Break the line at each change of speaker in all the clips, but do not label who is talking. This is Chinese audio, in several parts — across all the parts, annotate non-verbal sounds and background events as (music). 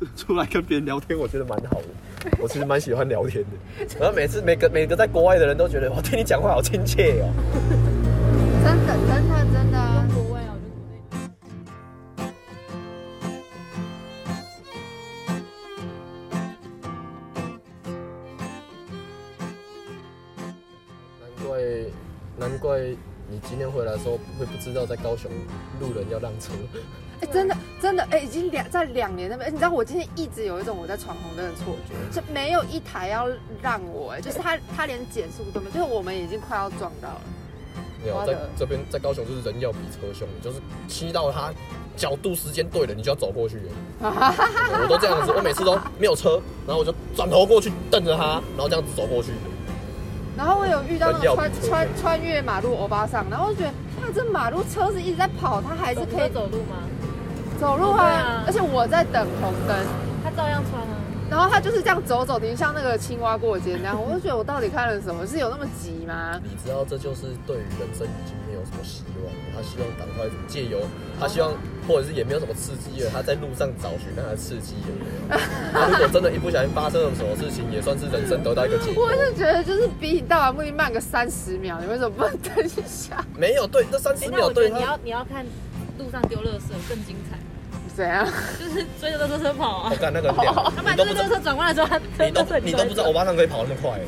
(laughs)
出来跟别人聊天，我觉得蛮好的。我其实蛮喜欢聊天的。然后每次每个每个在国外的人都觉得，我听你讲话好亲切哦。
真的真的真的啊，
国外啊，我就国内。
难怪难怪你今天回来的时候会不知道在高雄路人要让车，
哎、真的真的哎、已经两在两年那边，哎你知道我今天一直有一种我在闯红灯的错觉，就没有一台要让我哎、就是他
(laughs)
他连减速都没有，就是我们已经快要撞到了。
没有
我
在
的
这边在高雄就是人要比车凶，你就是骑到他角度时间对了，你就要走过去了。我都这样子，我每次都没有车，然后我就转头过去瞪着他，然后这样子走过去。
然后我有遇到那
人要
种穿
比车
穿穿越马路欧巴桑，然后我就觉得哇，这马路车子一直在跑，他还是
走不
可以
会走路吗？
走路
对
啊
啊，
而且我在等红灯，
他照样穿啊。
然后他就是这样走走停，像那个青蛙过街那样，我就觉得我到底看了什么？是有那么急吗？
你知道这就是对于人生已经没有什么希望了，他希望赶快借由他希望或者是也没有什么刺激了，他在路上找寻他的刺激有没有？他如果真的一不小心发生了什么事情，也算是人生得到一个解脱
(laughs) 我。是觉得就是比你到达目的地慢个三十秒，你为什么不能等一下？ (laughs)
没有对，这三
哎
十
那
秒
我觉
对
得你
他，
要你要看路上丢垃圾更精彩，
怎样？
就是追着垃圾车跑啊
我。干那个很屌，
他
你
把
都
这
不
个
知
垃圾转过来之后，他
你
真
都
的是
你都不知道欧巴桑可以跑那么快。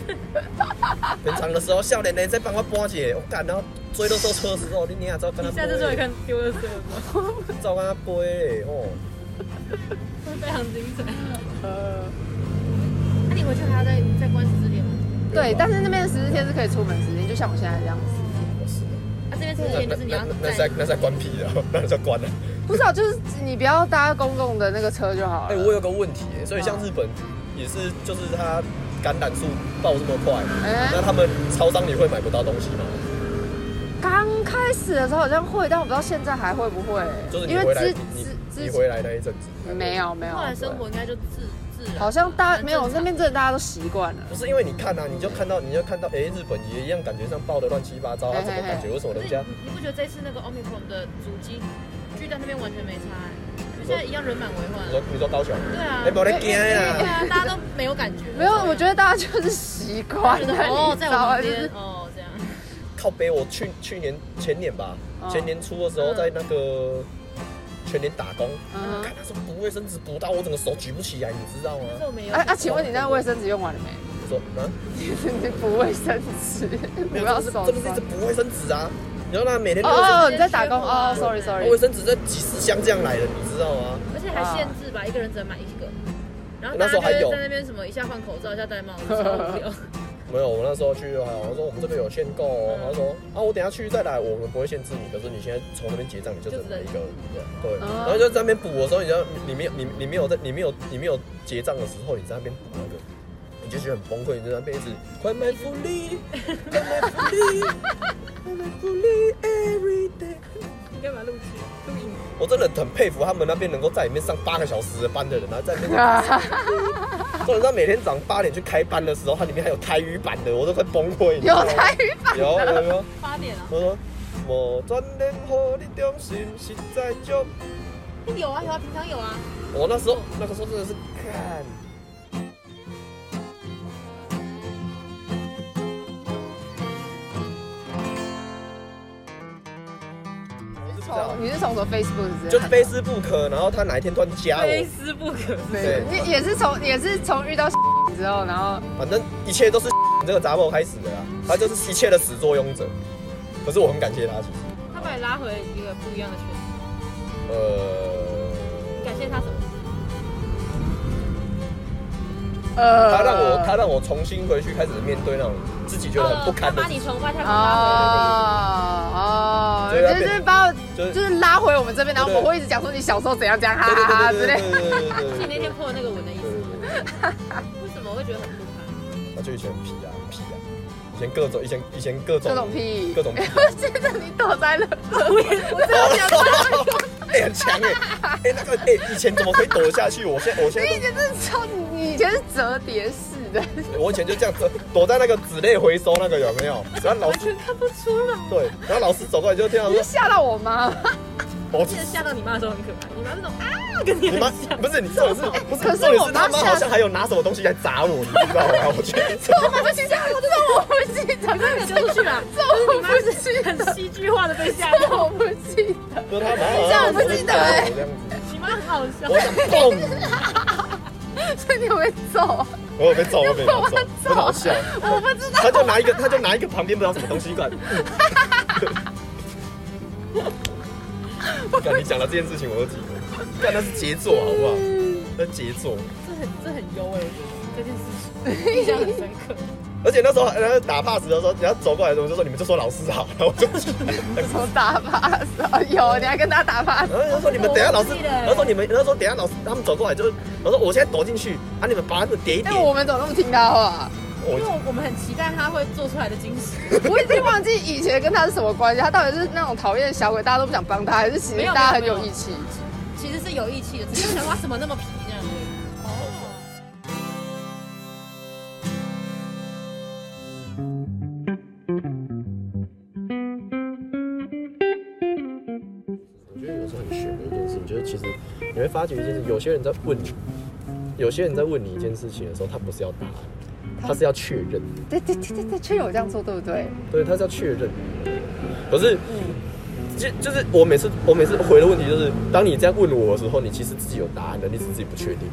平常的时候，笑脸呢在帮我搬姐，我干，然后追到时候车的时候，你你也知道跟他
下次就会
背，
看丢垃圾有没有，
照跟他背哦。
会非常精彩。
呃，
那你回去还要再再关十四天吗？
啊
对，但是那边的十四天是可以出门时间，就像我现在这样子。
是的
啊，这边十四
那
天
那
就是你要
那那是在
站
那是在关屁的，那是在关的。
不是啊，就是你不要搭公共的那个车就好了。
哎、我有个问题、所以像日本也是，就是它感染数爆这么快，
哎
那他们超商你会买不到东西吗？
刚开始的时候好像会，但我不知道现在还会不会、
就是你
因为
回来，
之
你你
之
你
之
回来那一阵子还会
没，有没有
后，来生活应该就自自然。
好像大
很
没有
正
那
常
边真的大家都习惯了。
不是因为你看啊，你就看到你就看到，哎、日本也一样，感觉上爆的乱七八糟，
嘿
啊，
嘿
怎么感觉？为什么
可
人
是
家
你你不觉得这次那个 Omicron 的主机居在那边完全没差、欸？你们现在一样人满为
你
患
说
啊。
你说高雄？
对啊，
哎，没得惊
对
啦！
啊，大家都没有感觉。
没有，我觉得大家就是习惯
觉
了，
得哦，
你
在
知
我
道吗？
旁
就
边
是
哦，这样。
靠北，我去去年前年吧，
哦
前年初的时候
嗯
在那个全年打工，
嗯
看那时候补卫生纸补到我整个手举不起来，你知道吗？
可是我们有
哎啊，请问你那卫生纸用完了没？
我说啊。
你补卫生纸，不
没有，
要
这
手
不是这
酸
不是一直补卫生纸啊！你知道那每天
哦
都是
哦，你在打工哦，sorry
卫
sorry，
生纸这几十箱这样来的，你知道吗？
而且还
啊
限制吧，一个人只能买一个。然后
那
大
时候
家
还有
就会在那边什么一下换口罩，一下戴帽子，超无 (laughs) 聊。
没有，我那时候去的话，我说我们这个有限购哦，
嗯
他说啊，我等下去再来，我们不会限制你，可是你现在从那边结账，你就只能买一个，对，
嗯
然后就在那边补的时候，你要你没有你你没有在你没有你没有结账的时候，你在那边补那个。你就觉得很崩溃，你就在那边一直快买福利，快买福利，快买福利，every day。
你干嘛录取？录影？
我真的很佩服他们那边能够在里面上八个小时的班的人，然后在那边
哦
重点他每天早上八点去开班的时候，它里面还有台语版的，我都快崩溃。你知
有
道吗
台语版
有有有，
八点啊？
我说我专门和你中心实在就，
有啊有啊，平常有啊。
我那时候那个时候真的是看。我是不知道
从你是从什么 Facebook 直接
就
看
非私不可，然后他哪一天突然加啊
非
我，
思不可。
对，
对
哦你也是从也是从遇到之后，然后
反正一切都是这个杂货开始的啦，他就是一切的始作俑者。可是我很感谢他，其实，
他把你拉回一个不一样的圈子，
呃，
感谢他什么？
呃，
他让我他让我重新回去开始面对那种自己觉得很不堪的
哦他把
事
你
情，
从外太空拉
哦哦，
对对对
就是把我
就是
就是拉回我们这边，然后我们
对
会一直讲说你小时候怎样怎样，哈哈哈
对
之
对对
类。
对对对
回
对
是你那
对
天破那个文的意思吗？
对，
为什么我会觉得很不堪？
我就以前很皮啊很皮啊，以前各种以前以前各种
各种屁
各种屁，
现在你躲在了，我真的想说，
哎很强哎哎那个哎以前怎么可以躲得下去？我现在我现
你
在
以前真的超，你以前是折叠式的，
都我以前就这样子躲在那个纸类回收那个有没有？然后老师
全看不出来。
对，然后老师走过来就听到
(laughs) 你
说
是吓到我妈。
我
记得吓到你妈的时候很可怕，你妈那种啊，跟你
你
(laughs)
妈
很像。
不是你这种是不是？
哎可是
重点
我
是他
妈
妈
下
好像还有拿什么东西来砸我，你知道吗？我觉得这
我们是这样，这我不记得，
那个丢出去了，
这我
你妈是很戏剧化的被吓
这
到，
我不记得。
不是他妈好
这样
像
我不记得欸
这样子，
你妈很好笑
我。想动，
(laughs) 所以你会走？
我有被揍，我有被揍，很
揍
好笑。
我不知道。
他就拿一个，他就拿一个旁边不知道什么东西
(laughs)
过来。嗯干，你讲了这件事情，我都记得。干，那是杰作，好不好？那杰作。
这很这很优哎，我觉得这件事情印象很深刻。
而且那时候，然后打 pass 的时候，你要走过来的时候，我就说你们就说老师好，然后我就，
什么打 pass 啊？有，你还跟他打 pass？
然后呃就说你们等一下老师
我忘记，了
然后说你们，然后说等一下老师他们走过来就，我说我现在躲进去，啊你们把他们叠一哦叠
哎，，我们怎么那么听他话？
(laughs) 我
因为我我们很期待他会做出来的惊喜，
我已经忘记以前跟他是什么关系，他到底是那种讨厌的小鬼，大家都不想帮他，还是其实大家很有义气？
其实是有义气的，只是想哇怎么那么皮这样子。
我觉得有时候很玄的一件事情，就是其实你会发觉一件事，有些人在问你，有些人在问你一件事情的时候，他不是要答案，他是要确认，
对对对对对，确实有这样做，对不对？
对，他是要确认。可是，
嗯
就就是我每次我每次回的问题就是，当你这样问我的时候，你其实自己有答案的，你只是自己不确定。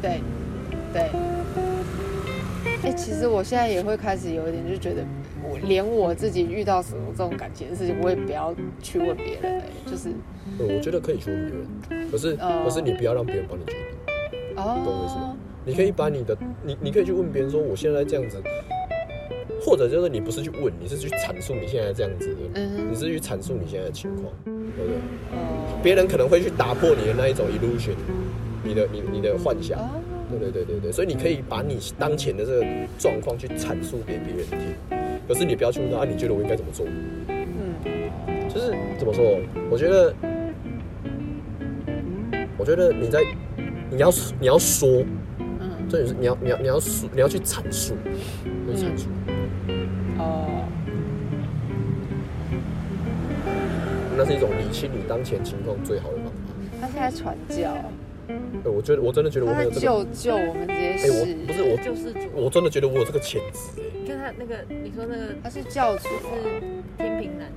对，对。哎、其实我现在也会开始有一点，就觉得我连我自己遇到什么这种感情的事情，我也不要去问别人、哎，就是
对，我觉得可以去问别人，可是
哦
呃
可是你不要让别人帮你决定，懂我意思
哦嗯
吗，？你可以把你的你你可以去问别人说，我现在这样子。或者就是你不是去问，你是去阐述你现在这样子的，
嗯
你是去阐述你现在的情况，对不对？
哦
别人可能会去打破你的那一种 illusion，你的你你的幻想。
哦
对对对对对，所以你可以把你当前的这个状况去阐述给别人听，可是你不要去问他，啊，你觉得我应该怎么做？
嗯，
就是怎么说？我觉得，我觉得你在你要你要说，
嗯
这也是你要你要你要说你要去阐述，去阐述。
哦，嗯
那是一种理清你当前情况最好的方法。
他现在传教，
对，我觉得我真的觉得我
他
没
在
有这个，
救救我们这些
哎、
事，
我不是我
救世主，
我真的觉得我有这个潜质哎。
你看他那个，你说那个
他是教主啊，
是天平男，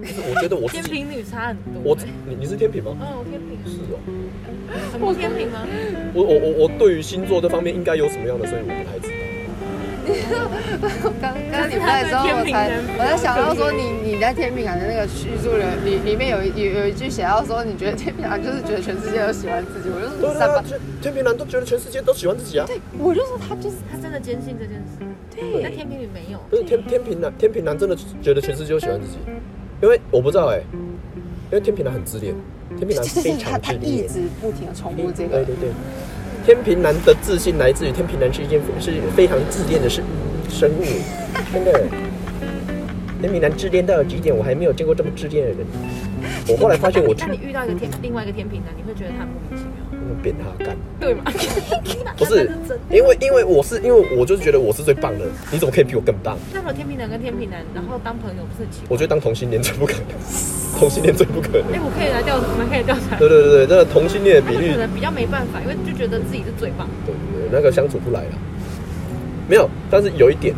就是这样，
哎我觉得我自
天
己，
平女差很多。
我自你你是天平吗？
嗯，我天平，
是哦，
我天平吗？
我我我我对于星座这方面应该有什么样的，所以我不太知道。
刚刚你们来的时候，我才我在想到说你你在天命港的那个叙述里里里面有一有有一句写到说你觉得天命港就是觉得全世界都喜欢自己，我就说
对
你三
啊，
八，
就天平男都觉得全世界都喜欢自己啊。
对，我就说他就是
他真的坚信这件事，
对
但天平女没有。
不是天天平男，天平男真的觉得全世界都喜欢自己，因为我不知道哎、因为天平男很自恋，天平男
就是
非
他
常
他
自
一
恋。
直不停的重复
对
这个，
对对，天平男的自信来自于天平男是一件是非常自恋的生生物，真的。天平男自恋到了极点，我还没有见过这么自恋的人。我后来发现我 (laughs) 真
当你遇到一个天另外一个天平男，你会觉得他莫名其妙，
的扁他干。
对 (laughs) 吗？
不是，因为因为我是因为我就是觉得我是最棒的，你怎么可以比我更棒？
那如果天平男跟天平男，然后当朋友，不是很奇怪？
我觉得当同性恋最不可能，同性恋最不可能。
哎，我可以来调，我们可以调查。
对对对对，真的同性恋的
他
比
就
率
可，能比较没办法，因为就觉得自己是最棒。
对对对，那个相处不来了。没有，但是有一点，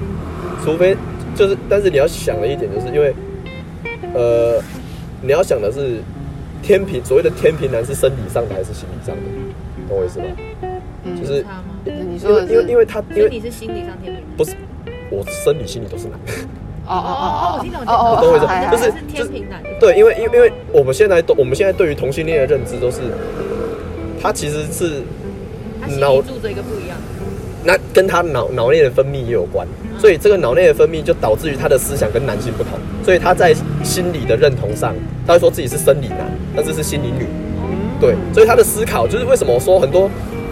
除非就是，但是你要想的一点就是因为，呃，你要想的是天平所谓的天平男是生理上的还是心理上的，懂我意思吗？
嗯
就是
差吗？
你
因
说
为
的
因为因
是
为他因
所以
为
你是心理上天平男，
不是我生理心理都是男 (laughs) 的。
哦
啊
哦哦
哦
哦，
我听懂
哦
我听懂
哦
我懂我意思
哎哎
就
哎
是
啊是天平男。
对，因为因为因为我们现在都我们现在对于同性恋的认知都是，他其实是
他心
脑
里住着一个不一样。
那跟他脑脑内的分泌也有关，所以这个脑内的分泌就导致于他的思想跟男性不同，所以他在心理的认同上，他会说自己是生理男，但是是心理女，对，所以他的思考就是为什么说很多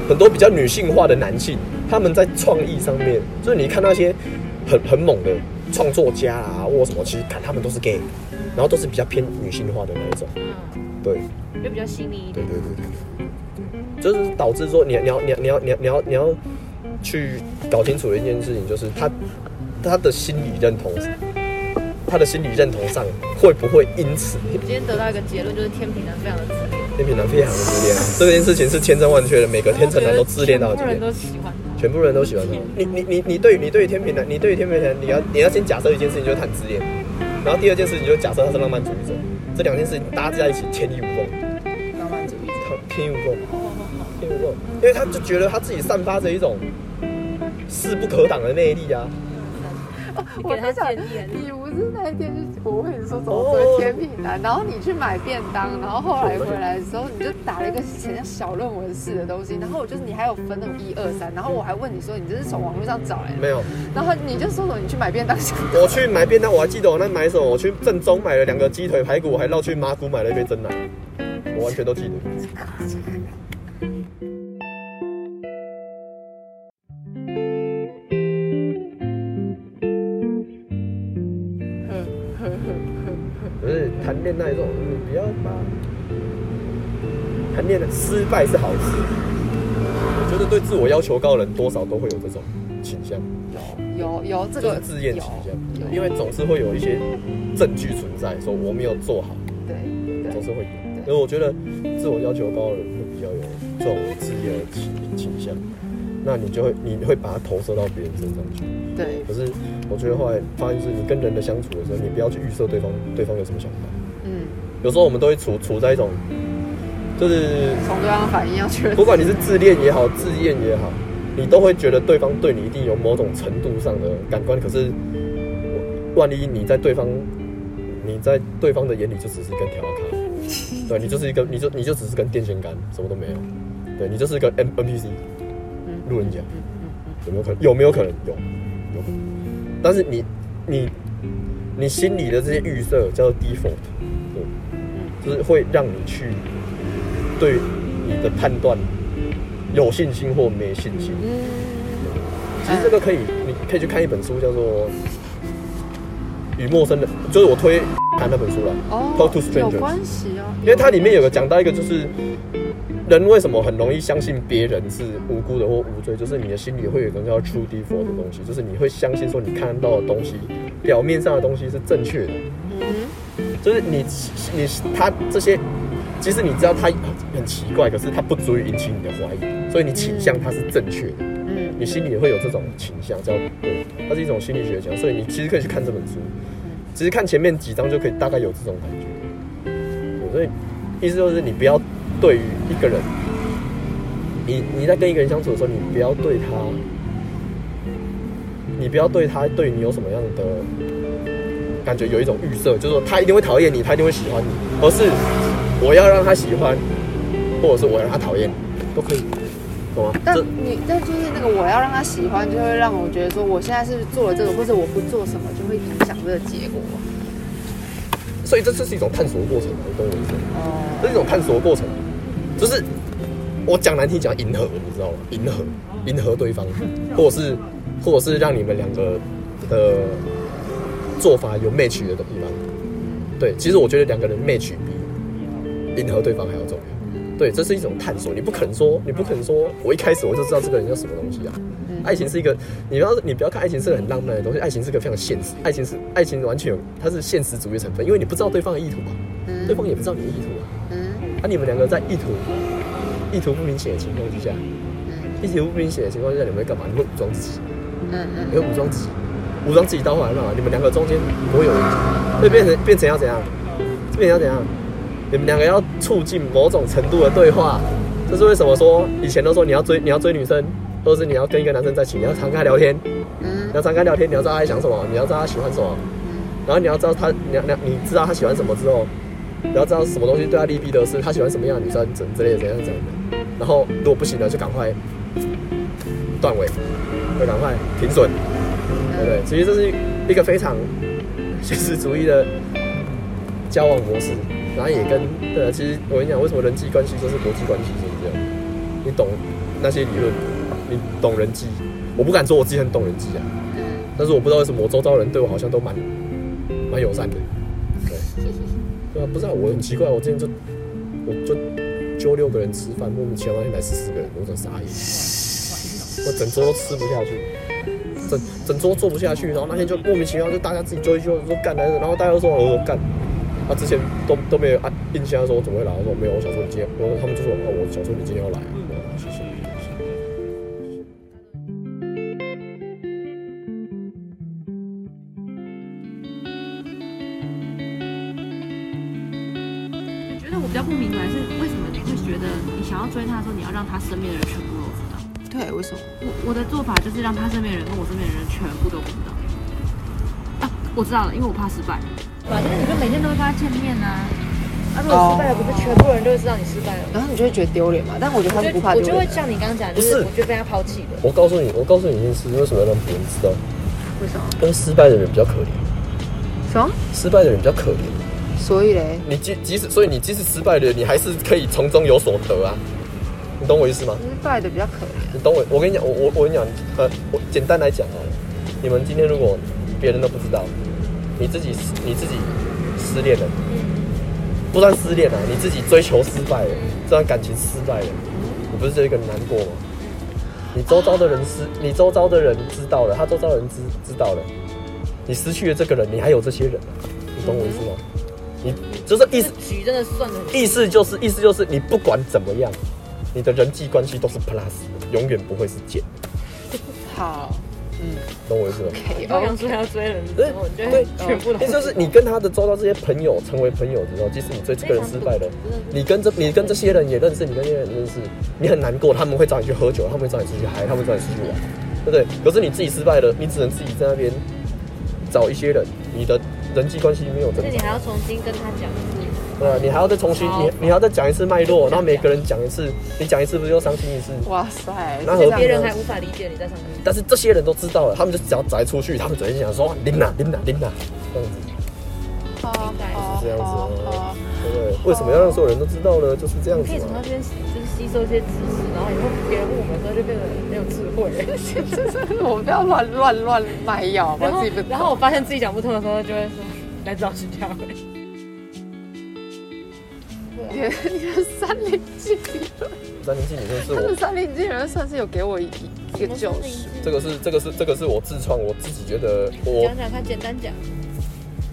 很多比较女性化的男性，他们在创意上面，就是你看那些很很猛的创作家啊或什么，其实看他们都是 gay，然后都是比较偏女性化的那一种，
嗯，
对。
就比较细腻一
对
点。
对对对，就是导致说你你要你要你要你要你要你要去搞清楚的一件事情，就是他他的心理认同，他的心理认同上会不会因此
我今天得到一个结论，就是天平男非常的自恋。
天平男非常的自恋啊，这件事情是千真万确的，每个天秤男都自恋到
全
极
部人
点，
都喜欢他。
全部人都喜欢他。你你你你对你对于天平男，你对于天平男，你要你要先假设一件事情，就是他很自恋，然后第二件事情就是假设他是浪漫主义者，这两件事情搭在一起天衣无缝，
浪漫主义者。
他天衣无缝，天衣无缝，因为他就觉得他自己散发着一种势不可挡的魅力啊。
你
我
给他
在想
建议啊，你
你不是那一天去我问你说怎么做甜品男，然后你去买便当，然后后来回来的时候你就打了一个很像小论文式的东西，然后我就是你还有分那种一二三，然后我还问你说你这是从网络上找来的，
没有，
然后你就说什么你去买便当想
我去买便当，我还记得我那买什么，我去正宗买了两个鸡腿排骨，我还绕去麻姑买了一杯真奶，我完全都记得。不是谈恋爱这种，你不要把谈恋爱失败是好事。我觉得对自我要求高的人，多少都会有这种倾向。
有有这
就是
个
自恋倾
有
向，
有
因为总是会有一些证据存在，说我没有做好，
对
总
对
是会有。所以我觉得自我要求高的人会比较有这种自恋的倾倾向，那你就会你会把它投射到别人身上去。
对，
可是我觉得后来发现，是你跟人的相处的时候，你不要去预设对方对方有什么想法。
嗯，
有时候我们都会处处在一种，就是
从对方反应要确认
不管你是自恋也好，自厌也好，你都会觉得对方对你一定有某种程度上的感官。可是，万一你在对方，你在对方的眼里就只是一根调侃，对你就是一个，你就你就只是根电线杆，什么都没有，对你就是一个 N N P C，路人甲，有没有可能？有没有可能？有，有可能。但是你你你心里的这些预设叫做 default，对，
嗯
就是会让你去对你的判断有信心或没信心。
嗯
其实这个可以，你可以去看一本书，叫做《与陌生人》，就是我推看那本书了，
哦
Talk to
有
Strangers
关系哦，
因为它里面有个讲到一个，就是人为什么很容易相信别人是无辜的或无罪，就是你的心里会有一个叫 true default 的东西，就是你会相信说你看到的东西，表面上的东西是正确的，
嗯
就是你你他这些，即使你知道他很奇怪，可是他不足以引起你的怀疑，所以你倾向他是正确的。
嗯
你心里也会有这种倾向，叫对，它是一种心理学讲，所以你其实可以去看这本书，
嗯
只是看前面几章就可以大概有这种感觉。对所以意思就是你不要对于一个人，你你在跟一个人相处的时候，你不要对他，你不要对他对你有什么样的感觉，有一种预设，就是说他一定会讨厌你，他一定会喜欢你，而是我要让他喜欢，或者是我要让他讨厌你，都可以，懂吗？
但
这
你但就是那个我要让他喜欢，就会让我觉得说我现在是做了这个，或者我不做什么，就会影响这个结果。
所以这就是一种探索的过程，你懂我意思吗？
哦，
这是一种探索的过程，就是我讲难听讲迎合，你知道吗？迎合，迎合对方，或者是或者是让你们两个的做法有 match 的地方。对，其实我觉得两个人 match 比迎合对方还要重要。对，这是一种探索，你不可能说，你不可能说我一开始我就知道这个人要什么东西啊。爱情是一个，你不要你不要看爱情是个很浪漫的东西，爱情是个非常现实，爱情是爱情完全有它是现实主义成分，因为你不知道对方的意图嘛，对方也不知道你的意图啊。
嗯
啊，你们两个在意图意图不明显的情况之下，意图不明显的情况之下，你们会干嘛？你会武装自己，
嗯
你会武装自己，武装自己到后来干嘛？你们两个中间不会有问题，会变成变成要怎样？变成要怎样？你们两个要促进某种程度的对话，这是为什么说以前都说你要追你要追女生，或者是你要跟一个男生在一起，你要常跟他聊天，你
嗯
要常跟他聊天，你要知道他在想什么，你要知道他喜欢什么，然后你要知道他，你要你要你知道他喜欢什么之后，你要知道什么东西对他利弊得失，他喜欢什么样的女生，怎之类的怎样怎样的。然后如果不行了，就赶快断尾，就赶快停损，
嗯
对不对？其实这是一个非常 (laughs) 现实主义的交往模式，然后也跟对啊，其实我跟你讲，为什么人际关系就是国际关系就是这样？你懂那些理论，你懂人际，我不敢说我自己很懂人际啊，但是我不知道为什么我周遭人对我好像都蛮蛮友善的，对，对啊，不知道我很奇怪，我之前就我就揪六个人吃饭，莫名其妙那天来十四个人，我整傻眼，我整桌都吃不下去，整整桌坐不下去，然后那天就莫名其妙就大家自己揪一揪，说干来着，然后大家都说我干，啊他之前都都没有啊，印象说我怎么会来？我说没有，我想说你今天，我说他们就说哦，我想说你今天要来啊，我说啊谢谢。谢谢
我觉得我比较不明白是为什么你会觉得你想要追他的时候，你要让他身边的人全部都知道。
对，为什么？
我我的做法就是让他身边的人跟我身边的人全部都不知道。啊，我知道了，因为我怕失败。反正你就每天都会跟他见面啊。
啊，如果失败了，不是全部人都会知道你失败了吗？
然后你就会觉得丢脸嘛？但我觉得他
我
们
就
不怕
我
丢
就会
脸，
像你刚刚讲，就
不
是
是
我就被他抛弃了。
我告诉你，我告诉你一件事，为什么要让别人知道？
为什么？
因为失败的人比较可怜，
什么？
失败的人比较可怜。
所以嘞，
你即即使所以你即使失败了，你还是可以从中有所得啊。你懂我意思吗？
失败的比较可怜。
你懂我？我跟你讲，我我我跟你讲，呃，我简单来讲啊，你们今天如果别人都不知道，你自己失你自己失恋了，不算失恋啊，你自己追求失败了，这段感情失败了，你不是就一个人难过吗？你周遭的人失，你周遭的人知道了，他周遭的人知知道了，你失去了这个人，你还有这些人啊、你懂我意思吗？你就是意
这
思哦
局真的算的很
意思就是意思就是你不管怎么样，你的人际关系都是 plus，的永远不会是减，
好
懂我意思吗？
，OK，
我
哦
想说要追人的
对
时候，你就
对
会全部
也
都
就是你跟他的周遭这些朋友成为朋友的时候，即使你对这个人失败
啊
了，你跟这你跟这些人也认识，你跟这些人认识，你很难过，他们会找你去喝酒，他们会找你出去嗨，他们会找你出去玩，对不对？可是你自己失败了，你只能自己在那边找一些人，你的人际关系没有增
而且你
长
还。要重新跟他讲，
对啊，你还要再重新，你你还要再讲一次脉络，然后每个人讲一次，你讲一次不是又伤心一次？
哇塞，
那何
这样
必
别
呢
人还无法理解你在上面。
但是这些人都知道了，他们就只要宅出去，他们只会想说琳娜、琳娜、琳娜这样子，
好好
是这样子
好好
哦，对不对？为什么要让所有人都知道呢？就是这样
你可以
子
从
嘛
他。这边就是吸收一些知识，然后以后别人问我们的时候就变得很有智慧。
(laughs) 我们不要乱乱乱卖药，我
然后
自己不懂
然后我发现自己讲不通的时候，就会说来找徐佳慧。
你的你的三零技能，
三零七里面是
他的
我，
三零技能算是有给我一一个救赎。
这个是这个是这个是我自创，我自己觉得我
讲讲看，简单讲，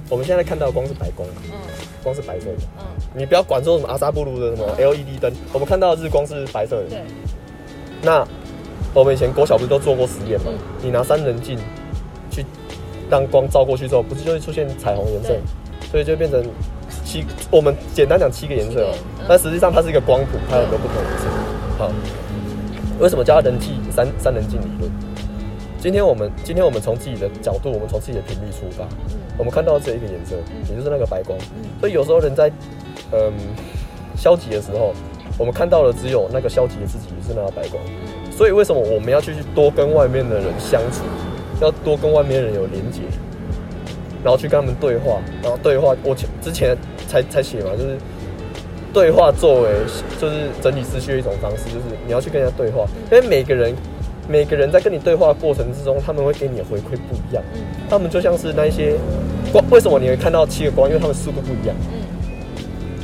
我们现在看到的光是白光，
嗯
光是白色的，
嗯，
你不要管说什么阿萨布鲁的什么 LED 灯，我们看到的日光是白色的。
对，
那我们以前国小不是都做过实验吗？你拿三棱镜去让光照过去之后，不是就会出现彩虹颜色
对？
所以就变成七，我们简单讲七个颜色嗯嘛
七个嗯，
但实际上它是一个光谱，它有很多不同的颜色。好，为什么叫它人际三三棱镜理论？今天我们今天我们从自己的角度，我们从自己的频率出发，我们看到这一个颜色，也就是那个白光。所以有时候人在嗯消极的时候，我们看到的只有那个消极的自己，也是那个白光。所以为什么我们要去多跟外面的人相处，要多跟外面的人有连接，然后去跟他们对话，然后对话，我前之前才才写嘛，就是对话作为就是整理思绪的一种方式，就是你要去跟人家对话，因为每个人每个人在跟你对话的过程之中，他们会给你的回馈不一样，他们就像是那一些光，为什么你会看到七个光？因为他们速度不一样，
嗯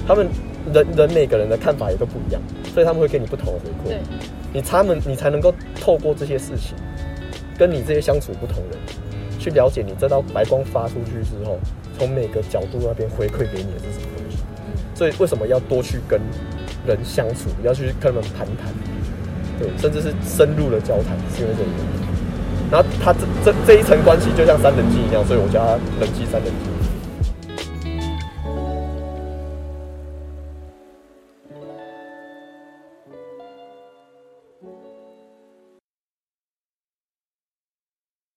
他们人人每个人的看法也都不一样，所以他们会给你不同的回馈
对，
你他们你才能够透过这些事情，跟你这些相处不同人。去了解你这道白光发出去之后，从每个角度那边回馈给你的是什么东西。所以为什么要多去跟人相处，要去跟他们谈谈，对，甚至是深入的交谈，是因为这个原因。然后他这这这一层关系就像三等镜一样，所以我叫他人际三等镜。